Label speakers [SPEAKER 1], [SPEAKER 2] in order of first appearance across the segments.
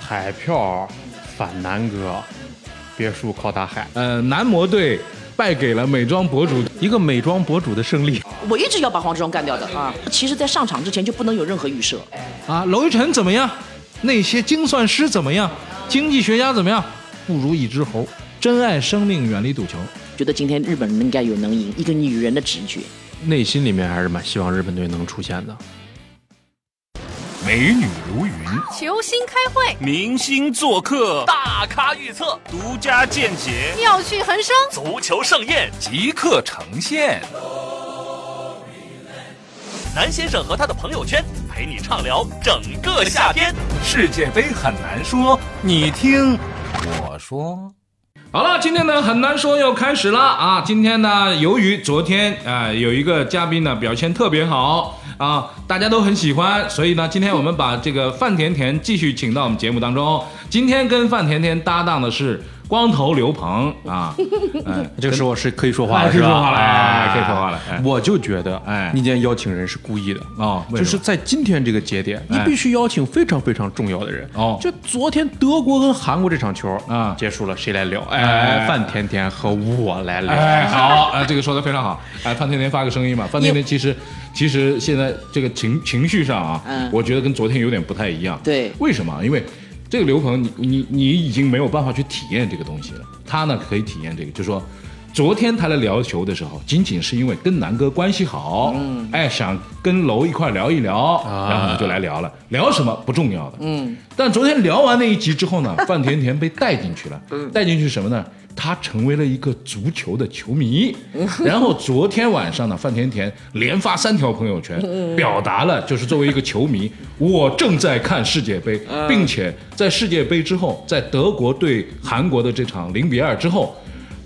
[SPEAKER 1] 海票反南哥，别墅靠大海，
[SPEAKER 2] 呃，男模队败给了美妆博主，
[SPEAKER 3] 一个美妆博主的胜利
[SPEAKER 4] 我一直要把黄志忠干掉的啊！其实，在上场之前就不能有任何预设。
[SPEAKER 3] 啊！娄艺晨怎么样？那些精算师怎么样？经济学家怎么样？不如一只猴。珍爱生命，远离赌球。
[SPEAKER 4] 觉得今天日本人应该有能赢，一个女人的直觉。
[SPEAKER 1] 内心里面还是蛮希望日本队能出现的。
[SPEAKER 5] 美女如云，
[SPEAKER 6] 球星开会，
[SPEAKER 7] 明星做客，
[SPEAKER 8] 大咖预测，
[SPEAKER 7] 独家见解，
[SPEAKER 6] 妙趣横生，
[SPEAKER 8] 足球盛宴，
[SPEAKER 5] 即刻呈现。
[SPEAKER 8] 南先生和他的朋友圈陪你畅聊整个夏天。
[SPEAKER 5] 世界杯很难说，你听我说。
[SPEAKER 2] 好了，今天呢很难说又开始了啊！今天呢，由于昨天啊、呃有一个嘉宾呢表现特别好啊，大家都很喜欢，所以呢，今天我们把这个范甜甜继续请到我们节目当中。今天跟范甜甜搭档的是光头刘鹏啊，哎，
[SPEAKER 1] 这个时候是可以说 话
[SPEAKER 2] 哎
[SPEAKER 1] 了，
[SPEAKER 2] 可以
[SPEAKER 1] 是吧
[SPEAKER 2] 说话了哎可以说话了哎
[SPEAKER 1] 我就觉得，
[SPEAKER 2] 哎
[SPEAKER 1] 你今天邀请人是故意的
[SPEAKER 2] 哦为什么
[SPEAKER 1] 就是在今天这个节点，你
[SPEAKER 2] 哎
[SPEAKER 1] 必须邀请非常非常重要的人。
[SPEAKER 2] 哦
[SPEAKER 1] 就昨天德国跟韩国这场球
[SPEAKER 2] 啊
[SPEAKER 1] 结束了，谁来聊？
[SPEAKER 2] 哎
[SPEAKER 1] 哎，范甜甜和我来聊。
[SPEAKER 2] 哎，好，哎，这个说的非常好。哎，范甜甜发个声音嘛，范甜甜其实其实现在这个情情绪上啊，
[SPEAKER 4] 嗯
[SPEAKER 2] 我觉得跟昨天有点不太一样。
[SPEAKER 4] 对
[SPEAKER 2] 为什么？因为这个刘鹏，你你你已经没有办法去体验这个东西了，他呢可以体验这个，就说。昨天他来聊球的时候，仅仅是因为跟南哥关系好，嗯，哎，想跟楼一块聊一聊，然后呢就来聊了。聊什么不重要的，嗯。但昨天聊完那一集之后呢，范甜甜被带进去了，带进去什么呢？她成为了一个足球的球迷。然后昨天晚上呢，范甜甜连发三条朋友圈，
[SPEAKER 4] 嗯
[SPEAKER 2] 表达了就是作为一个球迷，我正在看世界杯，
[SPEAKER 4] 嗯
[SPEAKER 2] 并且在世界杯之后，在德国对韩国的这场零比二之后。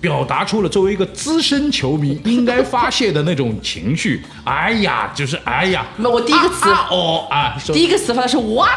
[SPEAKER 2] 表达出了作为一个资深球迷应该发泄的那种情绪。 哎呀，就是哎呀，
[SPEAKER 4] 那我第一个词
[SPEAKER 2] 啊啊哦啊，说
[SPEAKER 4] 第一个词发的是 what，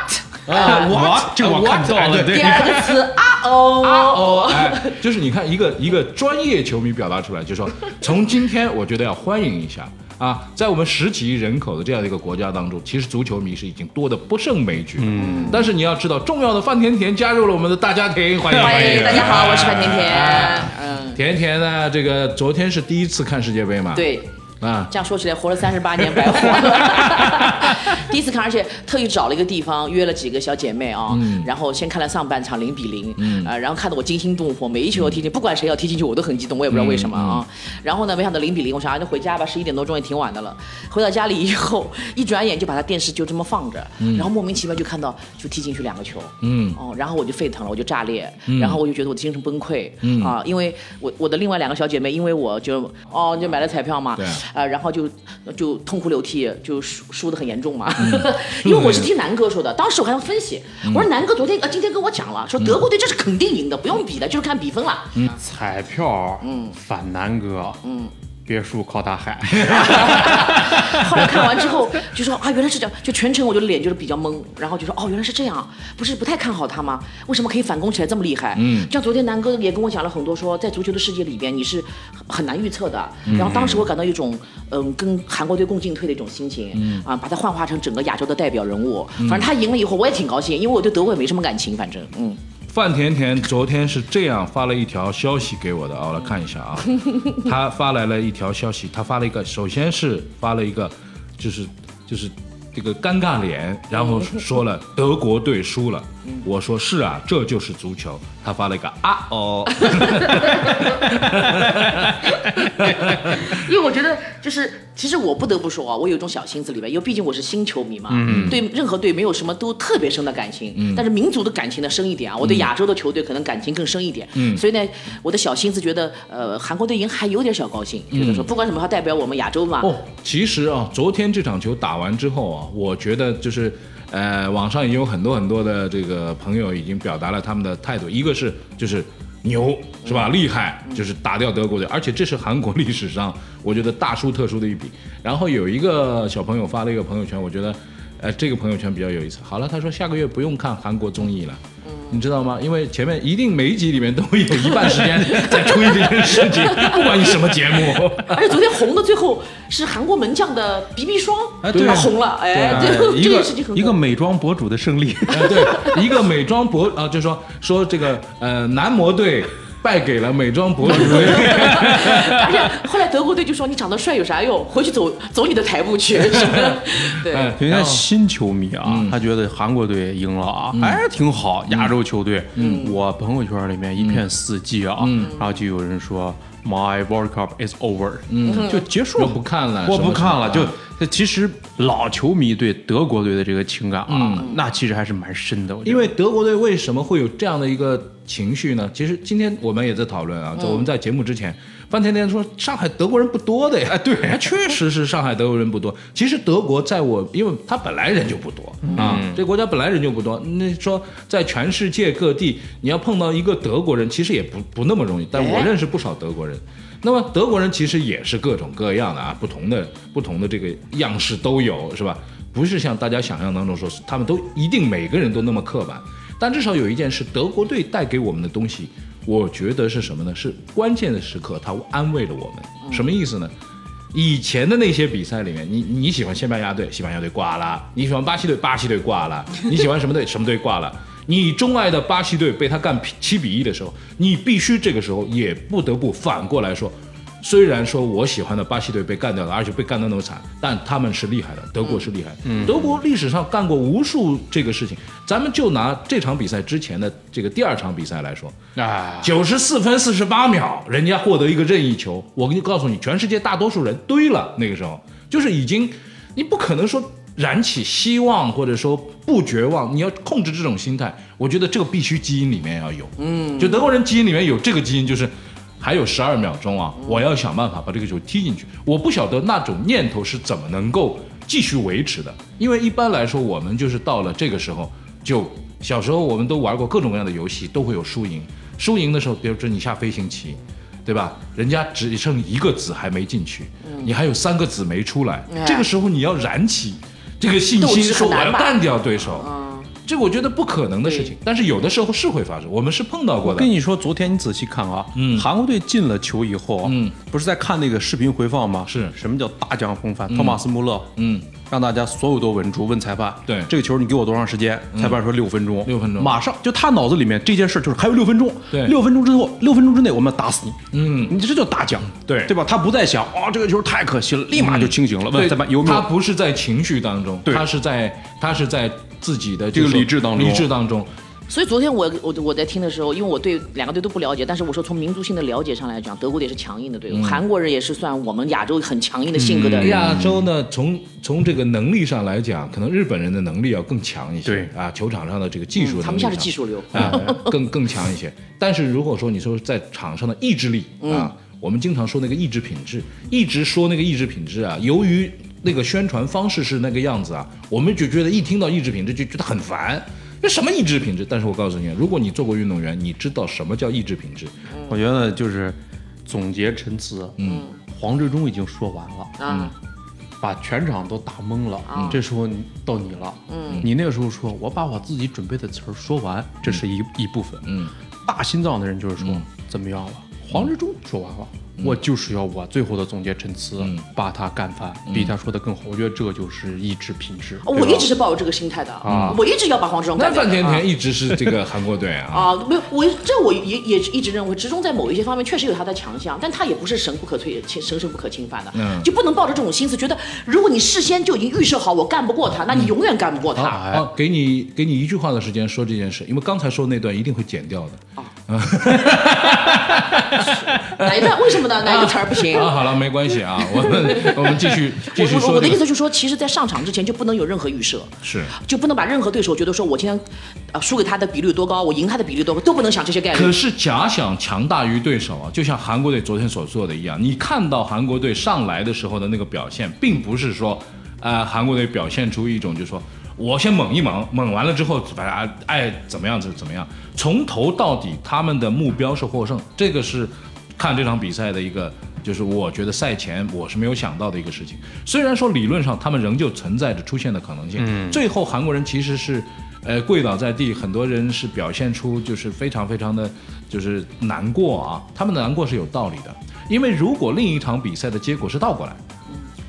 [SPEAKER 2] 啊我
[SPEAKER 1] 这个我看到了
[SPEAKER 2] 对
[SPEAKER 4] 第二个词啊哦
[SPEAKER 2] 啊哦，哎，就是你看一个一个专业球迷表达出来，就 说从今天我觉得要欢迎一下。啊，在我们十几亿人口的这样的一个国家当中，其实足球迷是已经多的不胜枚举。嗯，但是你要知道，重要的范甜甜加入了我们的大家庭，欢迎
[SPEAKER 4] 欢迎大家好，我是范甜
[SPEAKER 2] 哎
[SPEAKER 4] 甜。嗯，
[SPEAKER 2] 甜甜呢，这个昨天是第一次看世界杯嘛？
[SPEAKER 4] 对，
[SPEAKER 2] 啊，
[SPEAKER 4] 这样说起来活了三十八年白活了。 第一次看，而且特意找了一个地方，约了几个小姐妹啊，
[SPEAKER 2] 嗯
[SPEAKER 4] 然后先看了上半场零比零，呃，然后看得我惊心动魄，每一球要踢进，不管谁要踢进去，我都很激动，我也不知道为什么啊。
[SPEAKER 2] 嗯
[SPEAKER 4] 然后呢，没想到零比零，我想啊，那回家吧，十一点多钟也挺晚的了。回到家里以后，一转眼就把他电视就这么放着，
[SPEAKER 2] 嗯
[SPEAKER 4] 然后莫名其妙就看到就踢进去两个球，嗯，哦，然后我就沸腾了，我就炸裂，
[SPEAKER 2] 嗯
[SPEAKER 4] 然后我就觉得我的精神崩溃，啊，因为我我的另外两个小姐妹，因为我就哦就买了彩票嘛
[SPEAKER 2] 对，
[SPEAKER 4] 呃，然后就就痛哭流涕，就输输的很严重嘛。 因为我是听南哥说的，当时我还要分析，我说南哥昨天呃今天跟我讲了，说德国队这是肯定赢的，不用比的，就是看比分了。
[SPEAKER 1] 彩票，嗯，反南哥，嗯，别墅靠大 海。
[SPEAKER 4] 后来看完之后就说啊原来是这样，就全程我就脸就是比较懵，然后就说哦原来是这样，不是不太看好他吗？为什么可以反攻起来这么厉害？嗯，像昨天南哥也跟我讲了很多说，在足球的世界里边你是很难预测的。然后当时我感到一种嗯跟韩国队共进退的一种心情，啊把他幻化成整个亚洲的代表人物。反正他赢了以后我也挺高兴，因为我对德国也没什么感情，反正嗯。
[SPEAKER 2] 范甜甜昨天是这样发了一条消息给我的啊，我来看一下啊，她发来了一条消息，她发了一个，首先是发了一个，就是就是这个尴尬脸，然后说了德国队输了，我说是啊，这就是足球，她发了一个啊哦，
[SPEAKER 4] 因为我觉得就是，其实我不得不说啊，我有一种小心思里边，因为毕竟我是新球迷嘛，
[SPEAKER 2] 嗯
[SPEAKER 4] 对任何队没有什么都特别深的感情，但是民族的感情呢深一点啊，我
[SPEAKER 2] 嗯
[SPEAKER 4] 对亚洲的球队可能感情更深一点，所以呢，我的小心思觉得，呃，韩国队赢还有点小高兴，觉得说不管什么，他代表我们亚洲嘛，
[SPEAKER 2] 嗯哦，其实啊，昨天这场球打完之后啊，我觉得就是，呃，网上也有很多很多的这个朋友已经表达了他们的态度，一个是就是牛是吧，厉害，就是打掉德国队，而且这是韩国历史上我觉得大输特输的一笔。然后有一个小朋友发了一个朋友圈，我觉得，呃，这个朋友圈比较有意思。好了，他说下个月不用看韩国综艺了。你知道吗？因为前面一定每一集里面都会有一半时间在注意这件事情，不管你什么节目。
[SPEAKER 4] 而且昨天红的最后是韩国门将的 BB 霜，
[SPEAKER 2] 哎，对啊，
[SPEAKER 4] 红了，哎，
[SPEAKER 1] 对
[SPEAKER 4] 这
[SPEAKER 2] 一
[SPEAKER 4] 这
[SPEAKER 2] 个
[SPEAKER 4] 个事情很
[SPEAKER 1] 一个
[SPEAKER 4] 恐怖
[SPEAKER 1] 美妆博主的胜利，
[SPEAKER 2] 哎，对，一个美妆博啊，就说说这个呃男模队败给了美妆博主队，
[SPEAKER 4] 而且后来德国队就说你长得帅有啥用？回去走走你的台步去。是 吧对，
[SPEAKER 2] 哎
[SPEAKER 1] 人家新球迷啊，
[SPEAKER 2] 嗯
[SPEAKER 1] 他觉得韩国队赢了啊，哎，挺好，亚洲球队。
[SPEAKER 2] 嗯
[SPEAKER 1] 我朋友圈里面一片四季啊，然后就有人说 My World Cup is over，就结束了，
[SPEAKER 2] 嗯我不看了啊
[SPEAKER 1] 我不看了。
[SPEAKER 2] 什么什
[SPEAKER 1] 就
[SPEAKER 2] 么
[SPEAKER 1] 就其实老球迷对德国队的这个情感啊，那其实还是蛮深的。我
[SPEAKER 2] 嗯
[SPEAKER 1] 觉得
[SPEAKER 2] 因为德国队为什么会有这样的一个情绪呢？其实今天我们也在讨论啊，在我们在节目之前，范甜甜说上海德国人不多的呀， 哎，对，确实是上海德国人不多。其实德国在我，因为他本来人就不多啊，这国家本来人就不多。那说在全世界各地，你要碰到一个德国人，其实也不不那么容易。但我
[SPEAKER 4] 哎
[SPEAKER 2] 认识不少德国人。那么德国人其实也是各种各样的啊，不同的不同的这个样式都有，是吧？不是像大家想象当中说，他们都一定每个人都那么刻板。但至少有一件事，德国队带给我们的东西，我觉得是什么呢？是关键的时刻，他安慰了我们。什么意思呢？以前的那些比赛里面，你你喜欢西班牙队，西班牙队挂了；你喜欢巴西队，巴西队挂了；你喜欢什么队，什么队挂了。你钟爱的巴西队被他干七比一的时候，你必须这个时候也不得不反过来说，虽然说我喜欢的巴西队被干掉了，而且被干得那么惨，但他们是厉害的，德国是厉害的。德国历史上干过无数这个事情。咱们就拿这场比赛之前的这个第二场比赛来说，
[SPEAKER 1] 啊，
[SPEAKER 2] 九十四分四十八秒，人家获得一个任意球。我跟你告诉你，全世界大多数人堆了，那个时候就是已经，你不可能说燃起希望或者说不绝望，你要控制这种心态。我觉得这个必须基因里面要有，嗯，就德国人基因里面有这个基因，就是还有十二秒钟
[SPEAKER 4] 嗯
[SPEAKER 2] 啊，我要想办法把这个球踢进去。我不晓得那种念头是怎么能够继续维持的，因为一般来说，我们就是到了这个时候，就小时候我们都玩过各种各样的游戏，都会有输赢。输赢的时候，比如说你下飞行棋，对吧？人家只剩一个子还没进去，你还有三个子没出来，
[SPEAKER 4] 嗯哎
[SPEAKER 2] 这个时候你要燃起这个信
[SPEAKER 4] 斗
[SPEAKER 2] 心，
[SPEAKER 4] 志
[SPEAKER 2] 说
[SPEAKER 4] 很
[SPEAKER 2] 我
[SPEAKER 4] 难
[SPEAKER 2] 要
[SPEAKER 4] 吧
[SPEAKER 2] 干掉对手。这个我觉得不可能的事
[SPEAKER 4] 对
[SPEAKER 2] 情，但是有的时候是会发生，我们是碰到过
[SPEAKER 1] 我
[SPEAKER 2] 的。
[SPEAKER 1] 跟你说，昨天你仔细看啊，
[SPEAKER 2] 嗯
[SPEAKER 1] 韩国队进了球以后，啊
[SPEAKER 2] 嗯，
[SPEAKER 1] 不是在看那个视频回放吗？
[SPEAKER 2] 是
[SPEAKER 1] 什么叫大将风范？托马斯穆勒，
[SPEAKER 2] 嗯，
[SPEAKER 1] 让大家所有都稳住，问裁判，
[SPEAKER 2] 对嗯
[SPEAKER 1] 这个球你给我多长时间？裁判说六分钟，
[SPEAKER 2] 六分钟
[SPEAKER 1] 马上就他脑子里面这件事就是还有六分钟，
[SPEAKER 2] 对
[SPEAKER 1] 六分钟之后，六分钟之内我们要打死你，
[SPEAKER 2] 嗯
[SPEAKER 1] 你这叫大将，
[SPEAKER 2] 对嗯
[SPEAKER 1] 对吧？他不再想啊，这个球太可惜了，立马就清醒了，问
[SPEAKER 2] 对
[SPEAKER 1] 裁判有没
[SPEAKER 2] 他
[SPEAKER 1] 有？
[SPEAKER 2] 不是在情绪当中，
[SPEAKER 1] 对
[SPEAKER 2] 他是在他是在自己的
[SPEAKER 1] 这个
[SPEAKER 2] 就是
[SPEAKER 1] 理智当中
[SPEAKER 2] 理智当中，
[SPEAKER 4] 所以昨天我我我在听的时候，因为我对两个队都不了解，但是我说从民族性的了解上来讲，德国队是强硬
[SPEAKER 2] 嗯
[SPEAKER 4] 的队伍，韩国人也是算我们亚洲很强硬的性
[SPEAKER 1] 嗯
[SPEAKER 4] 格的人。
[SPEAKER 2] 亚洲呢，从从这个能力上来讲，可能日本人的能力要更强一些。
[SPEAKER 1] 对
[SPEAKER 2] 啊，球场上的这个技术能力上、
[SPEAKER 4] 嗯他们家是技术流
[SPEAKER 2] 啊，更更强一些。但是如果说你说在场上的意志力
[SPEAKER 4] 嗯
[SPEAKER 2] 啊，我们经常说那个意志品质，一直说那个意志品质啊，由于那个宣传方式是那个样子啊，我们就觉得一听到意志品质就觉得很烦。这什么意志品质？但是我告诉你，如果你做过运动员，你知道什么叫意志品质。
[SPEAKER 1] 我觉得就是总结陈词，嗯，黄志忠已经说完了，
[SPEAKER 4] 啊，
[SPEAKER 2] 嗯
[SPEAKER 1] 把全场都打懵了。这时候你到你了，嗯，你那个时候说，我把我自己准备的词儿说完，这是一、一部分。嗯，大心脏的人就是说，怎么样了？黄志忠说完了。我就是要我最后的总结陈词，把他干翻，比他说的更好。我觉得这就是意志品质。
[SPEAKER 4] 哦我一直是抱有这个心态的，我一直要把黄志忠
[SPEAKER 2] 啊那
[SPEAKER 4] 干
[SPEAKER 2] 范
[SPEAKER 4] 掉的
[SPEAKER 2] 甜
[SPEAKER 4] 啊
[SPEAKER 2] 甜一直是这个韩国队啊，
[SPEAKER 4] 啊，没有，我这我也也一直认为，职中在某一些方面确实有他的强项，但他也不是神不可摧、侵神圣不可侵犯的，
[SPEAKER 2] 嗯
[SPEAKER 4] 就不能抱着这种心思，觉得如果你事先就已经预设好我干不过他，那你永远干不过他。
[SPEAKER 2] 好，哦，给你给你一句话的时间说这件事，因为刚才说那段一定会剪掉的。
[SPEAKER 4] 哪一段？为什么呢？哪一个词儿不行？
[SPEAKER 2] 啊，好了，没关系啊，我们我们继续继续
[SPEAKER 4] 我我
[SPEAKER 2] 说
[SPEAKER 4] 我的
[SPEAKER 2] 这
[SPEAKER 4] 意思
[SPEAKER 2] 个。
[SPEAKER 4] 就是说，其实，在上场之前就不能有任何预设，
[SPEAKER 2] 是，
[SPEAKER 4] 就不能把任何对手觉得说我今天，啊输给他的比率有多高，我赢他的比率多高，都不能想这些概
[SPEAKER 2] 可
[SPEAKER 4] 率。
[SPEAKER 2] 是假想强大于对手啊，就像韩国队昨天所做的一样，你看到韩国队上来的时候的那个表现，并不是说，呃，韩国队表现出一种就是说我先猛一猛，猛完了之后，反正啊爱怎么样就怎么样，从头到底他们的目标是获胜，这个是看这场比赛的一个，就是我觉得赛前我是没有想到的一个事情。虽然说理论上他们仍旧存在着出现的可能性，最后韩国人其实是。呃，跪倒在地，很多人是表现出就是非常非常的，就是难过啊。他们的难过是有道理的，因为如果另一场比赛的结果是倒过来，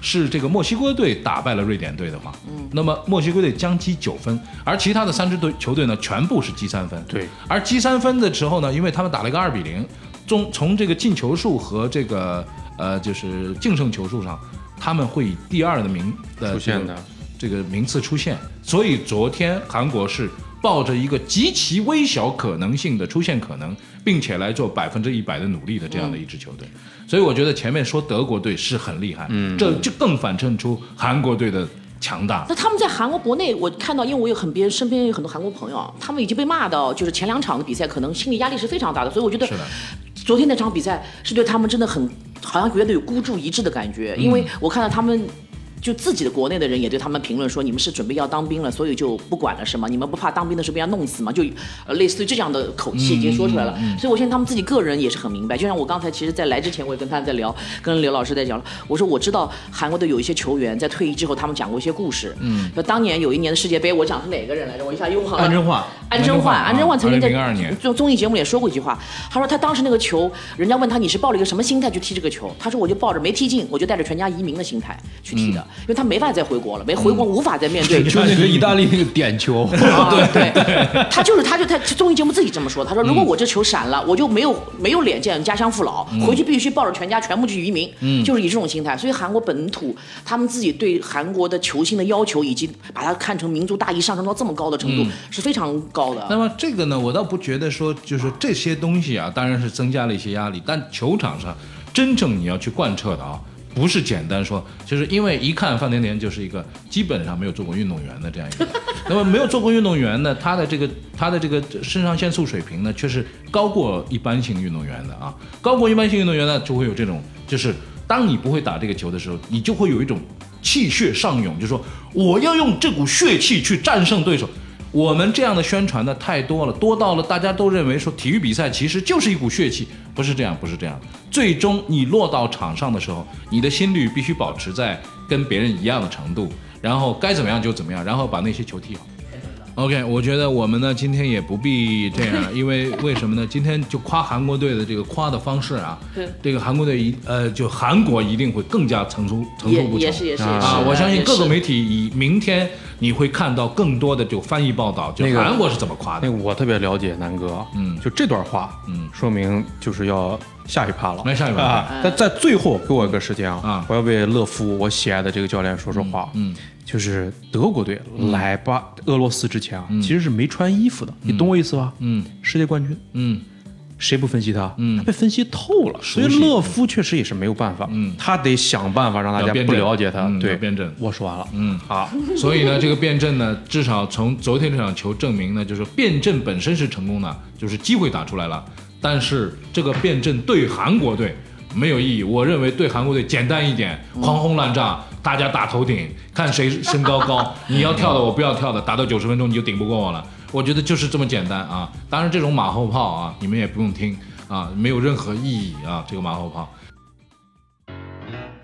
[SPEAKER 2] 是这个墨西哥队打败了瑞典队的话，那么墨西哥队将积九分，而其他的三支队球队呢，全部是积三分。
[SPEAKER 1] 对
[SPEAKER 2] 而积三分的时候呢，因为他们打了一个二比零，中从这个进球数和这个呃就是净胜球数上，他们会以第二的名的
[SPEAKER 1] 出现
[SPEAKER 2] 这个
[SPEAKER 1] 的
[SPEAKER 2] 这个名次出现，所以昨天韩国是抱着一个极其微小可能性的出现可能，并且来做百分之一百的努力的这样的一支球队。所以我觉得前面说德国队是很厉害，嗯，这就更反衬出韩国队的强大。
[SPEAKER 4] 那他们在韩国国内，我看到，因为我有很边身边有很多韩国朋友，啊他们已经被骂到，就是前两场的比赛可能心理压力是非常大的，所以我觉得
[SPEAKER 2] 是的，
[SPEAKER 4] 昨天那场比赛是对他们真的很，好像觉得有孤注一掷的感觉，因为
[SPEAKER 2] 嗯
[SPEAKER 4] 我看到他们。就自己的国内的人也对他们评论说，你们是准备要当兵了，所以就不管了是吗？你们不怕当兵的时候被人家弄死吗？就呃类似于这样的口气已经说出来了，所以我相信他们自己个人也是很明白。就像我刚才其实，在来之前我也跟他在聊，跟刘老师在讲了，我说我知道韩国的有一些球员在退役之后，他们讲过一些故事。嗯，就当年有一年的世界杯，我讲是哪个人来着？我一下又忘了。
[SPEAKER 2] 安贞焕
[SPEAKER 4] 安贞焕，安
[SPEAKER 2] 安贞焕
[SPEAKER 4] 贞焕曾经在
[SPEAKER 2] 2002年
[SPEAKER 4] 就综艺节目里也说过一句话，他说他当时那个球，人家问他你是抱着一个什么心态去踢这个球，他说我就抱着没踢进，我就带着全家移民的心态去踢的，因为他没法再回国了，没回国无法再面对。
[SPEAKER 1] 就那个意大利那个点球，
[SPEAKER 4] 啊 对 嗯他就是他就他综艺节目自己这么说，他说如果我这球闪了，我就没有没有脸见家乡父老，回去必须抱着全家全部去移民，就是以这种心态。所以韩国本土他们自己对韩国的球星的要求，以及把它看成民族大义上升到这么高的程度，是非常高的。
[SPEAKER 2] 那么这个呢，我倒不觉得说就是这些东西啊，当然是增加了一些压力，但球场上真正你要去贯彻的啊，不是简单说，就是因为一看范甜甜就是一个基本上没有做过运动员的这样一个人，那么没有做过运动员呢，他的这个他的这个肾上腺素水平呢，却是高过一般性运动员的啊，高过一般性运动员呢，就会有这种就是。当你不会打这个球的时候，你就会有一种气血上涌，就说我要用这股血气去战胜对手。我们这样的宣传呢太多了，多到了大家都认为说体育比赛其实就是一股血气，不是这样，不是这样。最终你落到场上的时候，你的心率必须保持在跟别人一样的程度，然后该怎么样就怎么样，然后把那些球踢好。OK，我觉得我们呢今天也不必这 样，因为为什么呢？今天就夸韩国队的这个夸的方式啊，
[SPEAKER 4] 对
[SPEAKER 2] 这个韩国队一呃，就韩国一定会更加层出层
[SPEAKER 4] 也
[SPEAKER 2] 出不穷。
[SPEAKER 4] 也是也是也是
[SPEAKER 2] 啊，我相信各个媒
[SPEAKER 4] 体
[SPEAKER 2] 体以明天你会看到更多的就翻译报道，就
[SPEAKER 1] 那个
[SPEAKER 2] 韩国是怎么夸
[SPEAKER 1] 那
[SPEAKER 2] 的
[SPEAKER 1] 个。我特别了解南哥，
[SPEAKER 2] 嗯
[SPEAKER 1] 就这段话，
[SPEAKER 2] 嗯
[SPEAKER 1] 说明就是要下一趴了，
[SPEAKER 2] 来下一趴
[SPEAKER 1] 啊！但在最后给我一个时间
[SPEAKER 2] 啊
[SPEAKER 1] 啊，我要为勒夫我喜爱的这个教练说说话，
[SPEAKER 2] 嗯，
[SPEAKER 1] 就是德国队来吧俄罗斯之前啊，其实是没穿衣服的，你懂我意思吧？
[SPEAKER 2] 嗯
[SPEAKER 1] 世界冠军，
[SPEAKER 2] 嗯
[SPEAKER 1] 谁不分析他？
[SPEAKER 2] 嗯
[SPEAKER 1] 他被分析透了，所以勒夫确实也是没有办法，
[SPEAKER 2] 嗯
[SPEAKER 1] 他得想办法让大
[SPEAKER 2] 要
[SPEAKER 1] 家
[SPEAKER 2] 辩
[SPEAKER 1] 不
[SPEAKER 2] 证
[SPEAKER 1] 了解他
[SPEAKER 2] 嗯，要
[SPEAKER 1] 对，
[SPEAKER 2] 辩证
[SPEAKER 1] 我说完了，
[SPEAKER 2] 嗯，
[SPEAKER 1] 好，
[SPEAKER 2] 所以呢，这个辩证呢，至少从昨天这场球证明呢，就是辩证本身是成功的，就是机会打出来了，但是这个辩证对韩国队没有意义。我认为对韩国队简单一点，狂轰滥炸，大家打头顶，看谁身高高，你要跳的我不要跳的，打到九十分钟你就顶不过我了。我觉得就是这么简单啊！当然，这种马后炮啊，你们也不用听啊，没有任何意义啊，这个马后炮。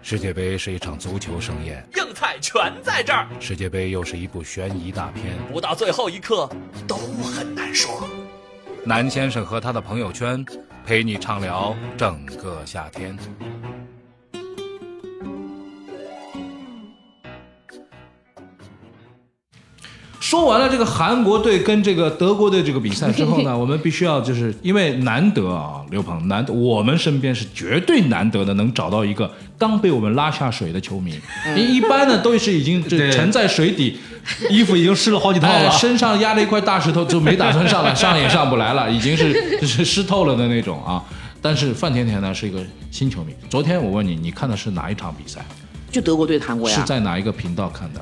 [SPEAKER 5] 世界杯是一场足球盛宴，
[SPEAKER 8] 硬菜全在这儿，
[SPEAKER 5] 世界杯又是一部悬疑大片。
[SPEAKER 8] 不到最后一刻都很难说。
[SPEAKER 5] 南先生和他的朋友圈，陪你畅聊整个夏天。
[SPEAKER 2] 说完了这个韩国队跟这个德国队这个比赛之后呢，我们必须要就是因为难得啊，刘鹏难得，我们身边是绝对难得的能找到一个刚被我们拉下水的球迷。一一般呢都是已经就沉在水底，
[SPEAKER 1] 衣服已经湿了好几套
[SPEAKER 2] 哎，
[SPEAKER 1] 了，
[SPEAKER 2] 身上压了一块大石头，就没打算上来，上也上不来了，已经是 就是湿透了的那种啊。但是范甜甜呢是一个新球迷。昨天我问你，你看的是哪一场比赛？
[SPEAKER 4] 就德国对韩国呀，
[SPEAKER 2] 是在哪一个频道看的？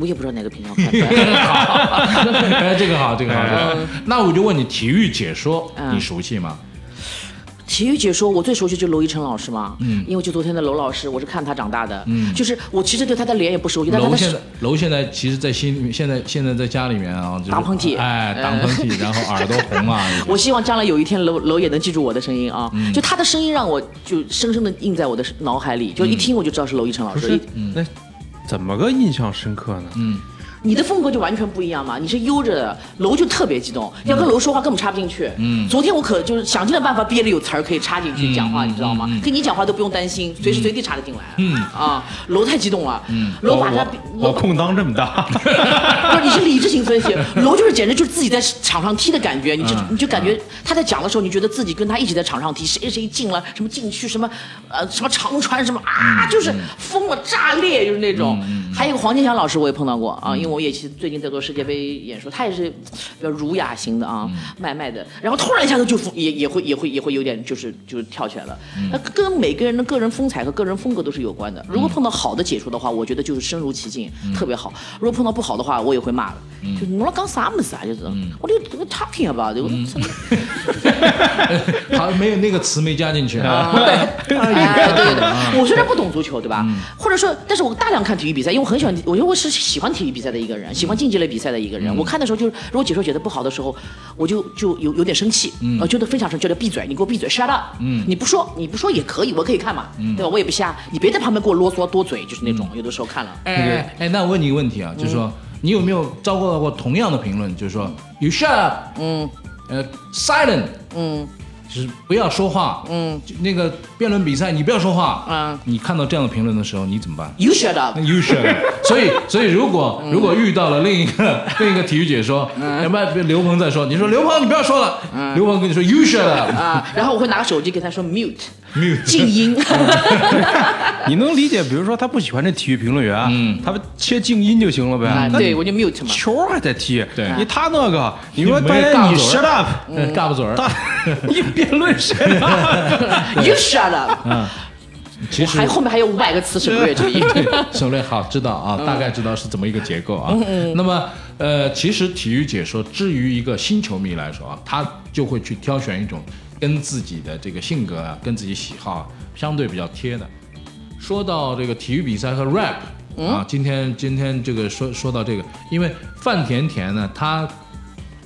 [SPEAKER 4] 我也不知道哪个频道看 的。
[SPEAKER 2] 哎，这个好，这个好。这个好那我就问你，体育解说
[SPEAKER 4] 嗯
[SPEAKER 2] 你熟悉吗？
[SPEAKER 4] 体育解说，我最熟悉就是娄一晨老师嘛，嗯，因为就昨天的娄老师，我是看他长大的，嗯，就是我其实对他的脸也不熟悉，但他
[SPEAKER 2] 楼
[SPEAKER 4] 的
[SPEAKER 2] 现
[SPEAKER 4] 手
[SPEAKER 2] 在，楼现在其实，在心里面，现在现在在家里面啊，就是
[SPEAKER 4] 打喷嚏
[SPEAKER 2] 哎，打喷嚏，然后耳朵红 啊，
[SPEAKER 4] 我希望将来有一天娄娄也能记住我的声音啊，就他的声音让我就深深的印在我的脑海里，就一听我就知道是娄一晨老
[SPEAKER 1] 不
[SPEAKER 4] 师
[SPEAKER 1] 是。，那怎么个印象深刻呢？嗯，
[SPEAKER 4] 你的风格就完全不一样嘛，你是悠着的，楼就特别激动，要跟楼说话根本插不进去。嗯，昨天我可就是想尽了办法憋着有词儿可以插进去讲话，你知道吗？跟你讲话都不用担心，随时随地插得进来。嗯哦啊，楼太激动了，楼把他
[SPEAKER 1] 我空当这么 大，
[SPEAKER 4] 不是，你是理智型分析，楼就是简直就是自己在场上踢的感觉，你就、你就感觉他在讲的时候，你觉得自己跟他一起在场上踢，谁谁进了什么禁区，什么呃什么长传什么啊，就是疯了炸裂，就是那种。还有一个黄健翔老师，我也碰到过啊，因为我也其最近在做世界杯演说，他也是比较儒雅型的啊，慢慢的，然后突然一下子就疯也也会也会也会有点就是就是跳起来了。那、跟每个人的个人风采和个人风格都是有关的。如果碰到好的解说的话，我觉得就是深入其境，特别好。如果碰到不好的话，我也会骂的，就你们讲啥么子啊？就是，我就我 talking about，我
[SPEAKER 2] 好，没有那个词没加进去啊。
[SPEAKER 4] 哎，对对对，我虽然不懂足球，对吧？或者说，但是我大量看体育比赛，因为我很喜欢，我觉得我是喜欢体育比赛的一个人，喜欢竞技类比赛的一个人。我看的时候就是，如果解说解的不好的时候，我就就有有点生气，我觉得非常生气，觉得闭嘴，你给我闭嘴，shut up，你不说你不说也可以，我可以看嘛，对吧？我也不瞎，你别在旁边给我啰嗦多嘴，就是那种，有的时候看了，
[SPEAKER 2] 哎哎哎，那我问你一个问题啊，就是
[SPEAKER 4] 嗯
[SPEAKER 2] 说你有没有遭受到过同样的评论？就是说 you shut up，
[SPEAKER 4] 嗯
[SPEAKER 2] 呃，silent，
[SPEAKER 4] 嗯
[SPEAKER 2] 就是不要说话。
[SPEAKER 4] 嗯
[SPEAKER 2] 就那个辩论比赛你不要说话。
[SPEAKER 4] 嗯
[SPEAKER 2] 你看到这样的评论的时候，你怎么办？
[SPEAKER 4] ，you shut up，
[SPEAKER 2] You should。所以，所以如果如果遇到了另一个另一个体育解说，要不然刘鹏在说，你说刘鹏你不要说了，刘鹏跟你说 You should
[SPEAKER 4] 啊，然后我会拿个手机给他说 mute，
[SPEAKER 2] mute。
[SPEAKER 4] 静音，
[SPEAKER 1] 你能理解？比如说他不喜欢这体育评论员，啊他切静音就行了呗。那
[SPEAKER 4] 嗯啊对我就 mute 嘛。
[SPEAKER 1] 球还在踢，
[SPEAKER 2] 对
[SPEAKER 1] 你他那个，你说
[SPEAKER 2] 你
[SPEAKER 1] 半夜
[SPEAKER 2] 没干
[SPEAKER 1] 你
[SPEAKER 2] 嘴儿
[SPEAKER 1] shut up，
[SPEAKER 2] 呃嘎巴嘴儿，
[SPEAKER 1] 他一辩论
[SPEAKER 4] 嗯
[SPEAKER 1] shut up，
[SPEAKER 4] You shut up！
[SPEAKER 2] 其
[SPEAKER 4] 还
[SPEAKER 2] 实
[SPEAKER 4] 后面还有五百个词是不对这个音。
[SPEAKER 2] 对 省略好知道啊，大概知道是怎么一个结构
[SPEAKER 4] 嗯
[SPEAKER 2] 啊。那么，呃，其实体育解说，至于一个新球迷来说啊，他就会去挑选一种跟自己的这个性格啊，跟自己喜好、啊、相对比较贴的。说到这个体育比赛和 rap、啊，
[SPEAKER 4] 嗯
[SPEAKER 2] 今天今天这个说说到这个，因为范甜甜呢，她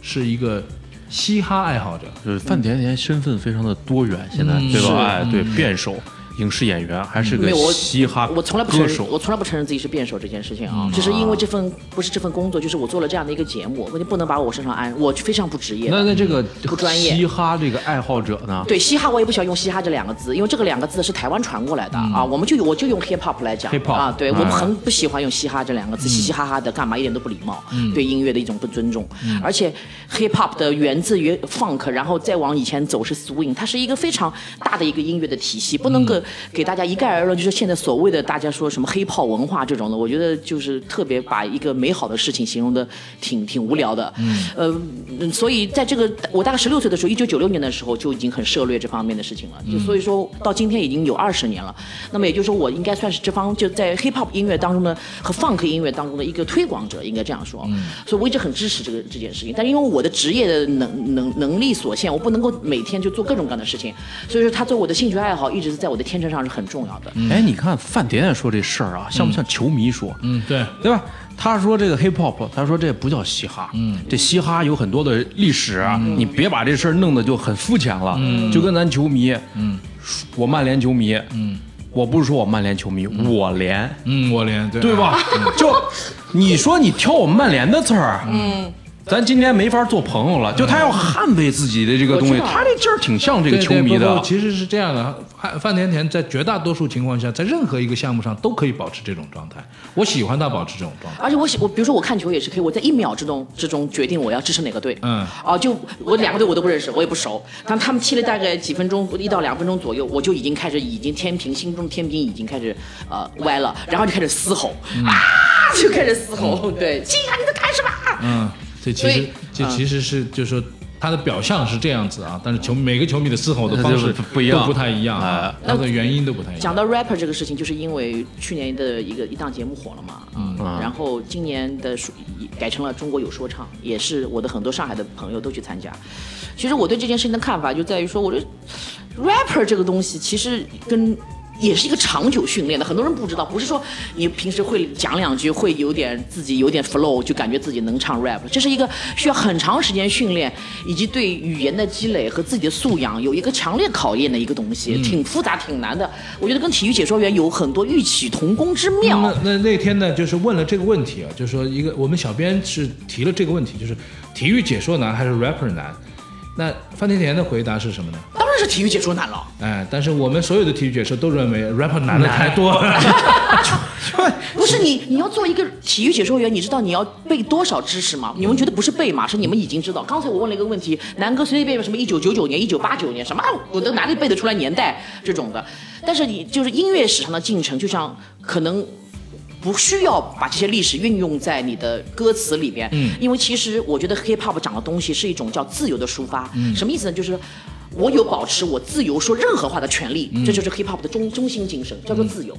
[SPEAKER 2] 是一个嘻哈爱好者，
[SPEAKER 1] 呃，范甜甜身份非常的多元，现在对吧？哎，对，辩手、影视演员，还是
[SPEAKER 4] 嗯没
[SPEAKER 1] 个
[SPEAKER 4] 有我
[SPEAKER 1] 嘻哈
[SPEAKER 4] 我从来不承
[SPEAKER 1] 歌
[SPEAKER 4] 认，我嗯
[SPEAKER 1] 手。嗯
[SPEAKER 4] 从来不承认自己是辩手这件事情啊，就是因为这份不是这份工作，就是我做了这样的一个节目，我就不能把我身上安，我非常不职业。
[SPEAKER 1] 那那这个
[SPEAKER 4] 不专业
[SPEAKER 1] 嘻哈这个爱好者呢？
[SPEAKER 4] 对嘻哈，我也不喜欢用嘻哈这两个字，因为这个两个字是台湾传过来的、啊，我们就我就用 hip hop 来讲
[SPEAKER 1] hip hop，
[SPEAKER 4] 啊，对我们很不喜欢用嘻哈这两个字，嘻嘻哈哈的干嘛一点都不礼貌，对音乐的一种不尊重，而且 hip hop 的源自于 funk，然后再往以前走是 swing，它是一个非常大的一个音乐的体系，不能够给大家一概而论，就是现在所谓的大家说什么黑炮文化这种的，我觉得就是特别把一个美好的事情形容的挺挺无聊的，呃，嗯所以在这个我大概十六岁的时候，一九九六年的时候就已经很涉猎这方面的事情了，就所以说到今天已经有二十年了。那么也就是说，我应该算是这方就在 hip hop 音乐当中的和 funk 音乐当中的一个推广者，应该这样说。所以我一直很支持这个这件事情，但是因为我的职业的能能能力所限，我不能够每天就做各种各样的事情，所以说它作为我的兴趣爱好，一直是在我的天秤上是很重要的。
[SPEAKER 1] 哎，你看范甜甜说这事儿啊，像不像球迷说？嗯，
[SPEAKER 2] 对，
[SPEAKER 1] 对吧？他说这个 hip hop，他说这不叫嘻哈，嗯，这嘻哈有很多的历史啊，你别把这事儿弄得就很肤浅了，就跟咱球迷，嗯，我曼联球迷，嗯，我不是说我曼联球迷，我联，
[SPEAKER 2] 嗯，我连对
[SPEAKER 1] 对？吧？ 就你说你挑我们曼联的刺儿，嗯。咱今天没法做朋友了，就他要捍卫自己的这个东
[SPEAKER 4] 我
[SPEAKER 1] 西，
[SPEAKER 4] 知道
[SPEAKER 1] 他这劲儿挺像这
[SPEAKER 2] 对
[SPEAKER 1] 个
[SPEAKER 2] 对
[SPEAKER 1] 球迷
[SPEAKER 2] 不
[SPEAKER 1] 的
[SPEAKER 2] 不。其实是这样的，范范甜甜在绝大多数情况下，在任何一个项目上都可以保持这种状态。我喜欢她保持这种状态。
[SPEAKER 4] 而且我喜我比如说我看球也是可以，我在一秒之中之中决定我要支持哪个队。
[SPEAKER 2] 嗯
[SPEAKER 4] 啊，就我两个队我都不认识，我也不熟。但他们踢了大概几分钟，一到两分钟左右，我就已经开始已经天平，心中天平已经开始呃歪了，然后就开始嘶吼、啊，就开始嘶吼，对， 亲啊，你在干什么？
[SPEAKER 2] 嗯，所以其
[SPEAKER 4] 所
[SPEAKER 2] 实
[SPEAKER 4] 以嗯
[SPEAKER 2] 这其实是就是说。她的表象是这样子啊，但是球每个球迷的嘶吼的方式
[SPEAKER 1] 不不一样
[SPEAKER 2] 都不太一样啊
[SPEAKER 1] 哎，
[SPEAKER 2] 它的原因都不太一样。
[SPEAKER 4] 讲到 rapper 这个事情，就是因为去年的一个一档节目火了嘛，嗯，然后今年的说改成了中国有说唱，也是我的很多上海的朋友都去参加。其实我对这件事情的看法就在于说，我觉得 rapper 这个东西其实跟也是一个长久训练的，很多人不知道，不是说你平时会讲两句，会有点自己有点 flow，就感觉自己能唱 rap，这是一个需要很长时间训练，以及对语言的积累和自己的素养有一个强烈考验的一个东西，挺复杂挺难的。我觉得跟体育解说员有很多异曲同工之妙。
[SPEAKER 2] 那那那天呢，就是问了这个问题啊，就是说一个我们小编是提了这个问题，就是体育解说难还是 rapper 难？那范甜甜的回答是什么呢？
[SPEAKER 4] 当然是体育解说难了。
[SPEAKER 2] 哎，但是我们所有的体育解说都认为 rapper 难的太多了。
[SPEAKER 4] 不是你，你要做一个体育解说员，你知道你要背多少知识吗？你们觉得不是背嘛，是你们已经知道。刚才我问了一个问题，南哥随随便便什么一九九九年、一九八九年什么，啊我都哪里背得出来年代这种的？但是你就是音乐史上的进程，就像可能。不需要把这些历史运用在你的歌词里边，嗯，因为其实我觉得 hip hop 讲的东西是一种叫自由的抒发，嗯，什么意思呢？就是我有保持我自由说任何话的权利，这就是 hip hop 的中中心精神，叫做自由。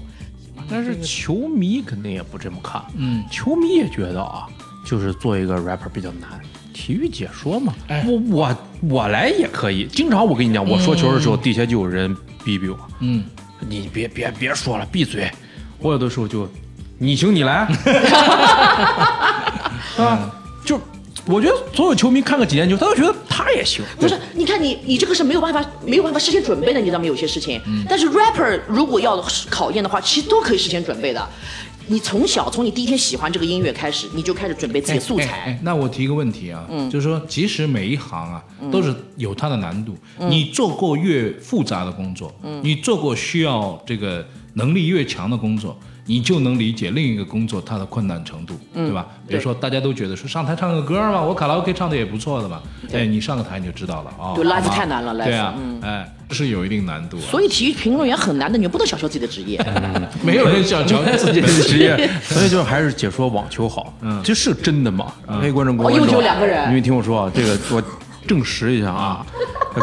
[SPEAKER 1] 但是球迷肯定也不这么看，嗯，球迷也觉得啊，就是做一个 rapper 比较难。体育解说嘛，我我我来也可以。经常我跟你讲，我说球的时候，底下就有人逼逼我，嗯，你别别别说了，闭嘴。我有的时候就，你行你 来，啊，就我觉得所有球迷看个几年球，他都觉得他也行。
[SPEAKER 4] 不是，你看你，你这个是没有办法，没有办法事先准备的，你知道吗？有些事情，但是 rapper 如果要考验的话，其实都可以事先准备的。你从小从你第一天喜欢这个音乐开始，你就开始准备自己的素
[SPEAKER 2] 哎哎
[SPEAKER 4] 材。嗯
[SPEAKER 2] 哎那我提一个问题啊，就是说，其实每一行啊，都是有它的难度。
[SPEAKER 4] 嗯
[SPEAKER 2] 你做过越复杂的工作，你做过需要这个能力越强的工作。你就能理解另一个工作它的困难程度，
[SPEAKER 4] 嗯
[SPEAKER 2] 对吧？比如说，大家都觉得说上台唱个歌嘛，我卡拉 OK 唱的也不错的嘛，哎，你上个台你就知道了啊。
[SPEAKER 4] 对 live
[SPEAKER 2] 好吧
[SPEAKER 4] 太难了，live，
[SPEAKER 2] 对啊，哎，是有一定难度啊。
[SPEAKER 4] 所以体育评论员很难的，你们不能小瞧自己的职业。
[SPEAKER 2] 没有人想瞧自己
[SPEAKER 1] 这是职 业，所以就还是解说网球好。嗯，这是真的吗？各位观众，各
[SPEAKER 4] 哦
[SPEAKER 1] 位观
[SPEAKER 4] 又
[SPEAKER 1] 众，
[SPEAKER 4] 就两个人
[SPEAKER 1] 你们听我说啊，这个我证实一 下啊。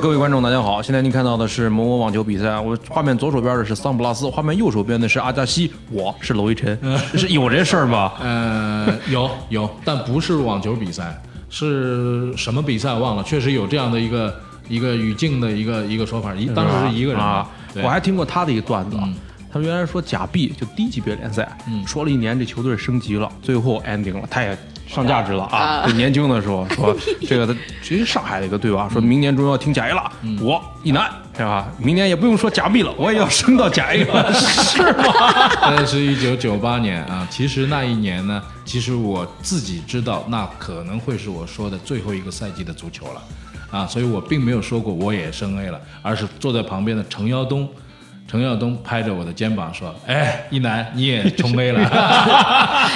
[SPEAKER 1] 各位观众，大家好！现在您看到的是某某网球比赛，啊我画面左手边的是桑普拉斯，画面右手边的是阿加西，我是娄艺 晨，是有这事儿吗？
[SPEAKER 2] 呃， 有有，但不是网球比赛，是什么比赛忘了，确实有这样的一个一个语境的一个一个说法，一当时是一个人嘛
[SPEAKER 1] 啊，
[SPEAKER 2] 对
[SPEAKER 1] 我还听过他的一个段子，啊，他原来说假币就低级别联赛，说了一年这球队升级了，最后 ending 了，他也上价值了啊！ 就年轻的时候说这个，他其实上海的一个队吧，说明年中要听甲 A 了，我一男是吧？明年也不用说假币了，我也要升到甲 A 了，是吗？
[SPEAKER 2] 那是一九九八年 啊。其实那一年呢，其实我自己知道，那可能会是我说的最后一个赛季的足球了，啊，所以我并没有说过我也升 A 了，而是坐在旁边的程耀东。程耀东拍着我的肩膀说：“哎，一楠，你也冲 A 了。”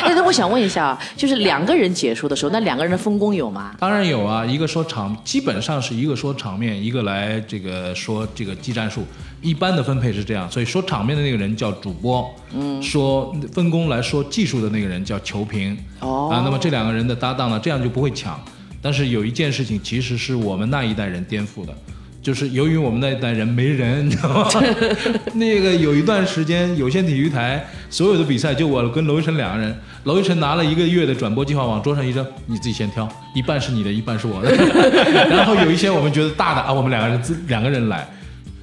[SPEAKER 4] 哎，那我想问一下，就是两个人解说的时候，那两个人的分工有吗？
[SPEAKER 2] 当然有啊，一个说场，基本上是一个说场面，一个来这个说这个技战术。一般的分配是这样，所以说场面的那个人叫主播，嗯，说分工来说技术的那个人叫球评。
[SPEAKER 4] 哦
[SPEAKER 2] 啊，那么这两个人的搭档呢，这样就不会抢。但是有一件事情其实是我们那一代人颠覆的。就是由于我们那一代人没人，你 知道吗？那个有一段时间，有线体育台所有的比赛就我跟娄艺晨两个人，娄艺晨拿了一个月的转播计划往桌上一扔，你自己先挑，一半是你的，一半是我的。然后有一些我们觉得大的啊，我们两个人自两个人来。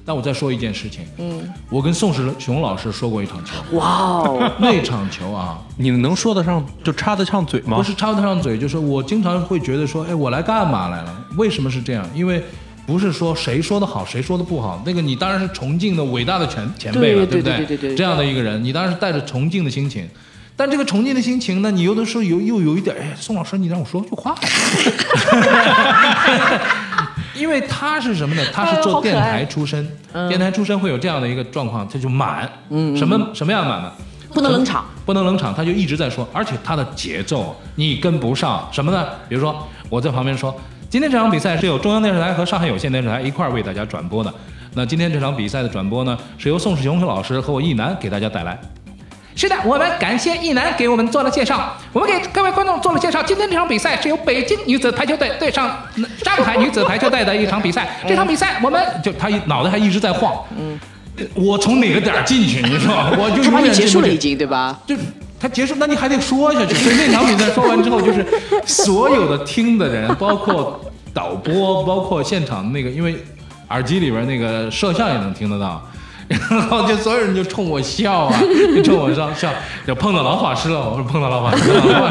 [SPEAKER 2] 那我再说一件事情，嗯，我跟宋世雄老师说过一场球，
[SPEAKER 4] 哇哦，
[SPEAKER 2] 那场球啊，
[SPEAKER 1] 你能说得上就插得上嘴吗？
[SPEAKER 2] 不是插不上嘴，就是我经常会觉得说，哎，我来干嘛来了？为什么是这样？因为不是说谁说的好，谁说的不好，那个你当然是崇敬的伟大的前前辈了，
[SPEAKER 4] 对
[SPEAKER 2] 不
[SPEAKER 4] 对对对对
[SPEAKER 2] 这样的一个人，你当然是带着崇敬的心情。但这个崇敬的心情呢，你有的时候有又有一点，哎，宋老师，你让我说句话， 因为他是什么呢？他
[SPEAKER 4] 哎
[SPEAKER 2] 是
[SPEAKER 4] 呦好
[SPEAKER 2] 做
[SPEAKER 4] 可爱嗯
[SPEAKER 2] 电台出身，电台出身会有这样的一个状况，他就满，嗯，什么什么样满呢？
[SPEAKER 4] 不能冷场，
[SPEAKER 2] 不能冷场，他就一直在说，而且他的节奏你跟不上什么呢？比如说我在旁边说，今天这场比赛是由中央电视台和上海有线电视台一块儿为大家转播的。那今天这场比赛的转播呢，是由宋世雄老师和我一楠给大家带来。是的，我们感谢一楠给我们做了介绍。我们给各位观众做了介绍，今天这场比赛是由北京女子排球队对上上海女子排球队的一场比赛。这场比赛我们就他一脑袋还一直在晃。嗯，我从哪个点儿进去？你说，我就
[SPEAKER 4] 他
[SPEAKER 2] 永
[SPEAKER 4] 把你
[SPEAKER 2] 远
[SPEAKER 4] 结
[SPEAKER 2] 进
[SPEAKER 4] 束
[SPEAKER 2] 不
[SPEAKER 4] 了
[SPEAKER 2] 去
[SPEAKER 4] 已经，对吧？
[SPEAKER 2] 就他结束，那你还得说下去。所以那场比赛说完之后，就是 所有的听的人，包括导播，包括现场那个，因为耳机里边那个摄像也能听得到。 然后就所有人就冲我笑啊， 就冲我笑笑，就碰到老法师了，我说碰到老法师了，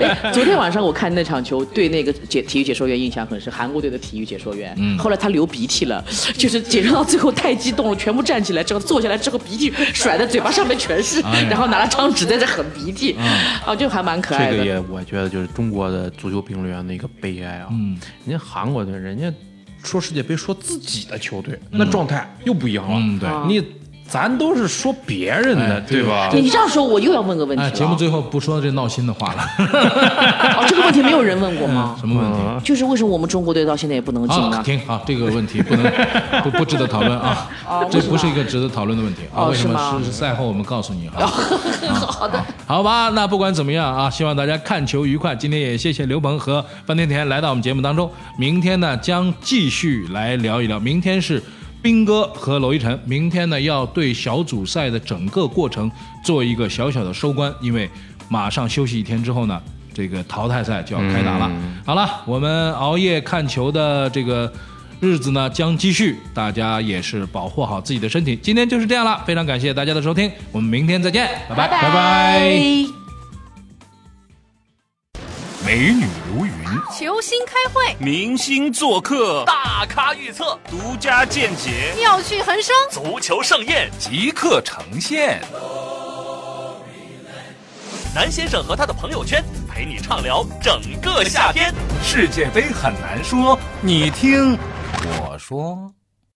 [SPEAKER 4] 哎，昨天晚上我看那场球，对那个解体育解说员印象很深，韩国队的体育解说员。
[SPEAKER 2] 嗯
[SPEAKER 4] 后来他流鼻涕了，就是解说到最后太激动了，全部站起来之后坐下来之后，鼻涕甩在嘴巴上面全是，
[SPEAKER 2] 哎呀嗯
[SPEAKER 4] 然后拿了张纸在这擤鼻涕，啊，就还蛮可爱
[SPEAKER 1] 这
[SPEAKER 4] 的。
[SPEAKER 1] 个也我觉得就是中国的足球评论员的一个悲哀啊。嗯，人家韩国队，人家说世界杯说自己的球队，那状态又不一样了。
[SPEAKER 2] 嗯对
[SPEAKER 1] 你咱都是说别人的，对吧？
[SPEAKER 4] 你这样说，我又要问个问 题
[SPEAKER 2] 哎，
[SPEAKER 4] 了。
[SPEAKER 2] 节目最后不说这闹心的话了，
[SPEAKER 4] 哦，这个问题没有人问过吗？
[SPEAKER 2] 嗯什么问题？
[SPEAKER 4] 就是为什么我们中国队到现在也不能进
[SPEAKER 2] 啊，
[SPEAKER 4] 呢？
[SPEAKER 2] 停啊，这个问题不能不不值得讨论 啊，这不是一个值得讨论的问题啊。
[SPEAKER 4] 哦
[SPEAKER 2] 为什
[SPEAKER 4] 是吗
[SPEAKER 2] 么是赛后我们告诉你哈？好的，好吧，那不管怎么样啊，希望大家看球愉快。今天也谢谢刘鹏和范甜甜来到我们节目当中，明天呢将继续来聊一聊，明天是。斌哥和娄一晨明天呢要对小组赛的整个过程做一个小小的收官，因为马上休息一天之后呢，这个淘汰赛就要开打了。好了，我们熬夜看球的这个日子呢将继续，大家也是保护好自己的身体。今天就是这样了，非常感谢大家的收听，我们明天再见，拜拜。拜拜
[SPEAKER 7] 美女如云，
[SPEAKER 6] 球星开会，
[SPEAKER 7] 明星做客，
[SPEAKER 8] 大咖预测，
[SPEAKER 7] 独家见解。
[SPEAKER 6] 妙趣横生。
[SPEAKER 8] 足球盛宴，
[SPEAKER 5] 即刻呈现。
[SPEAKER 8] 南先生和他的朋友圈陪你畅聊整个夏天。
[SPEAKER 5] 世界杯很难说，你听我说。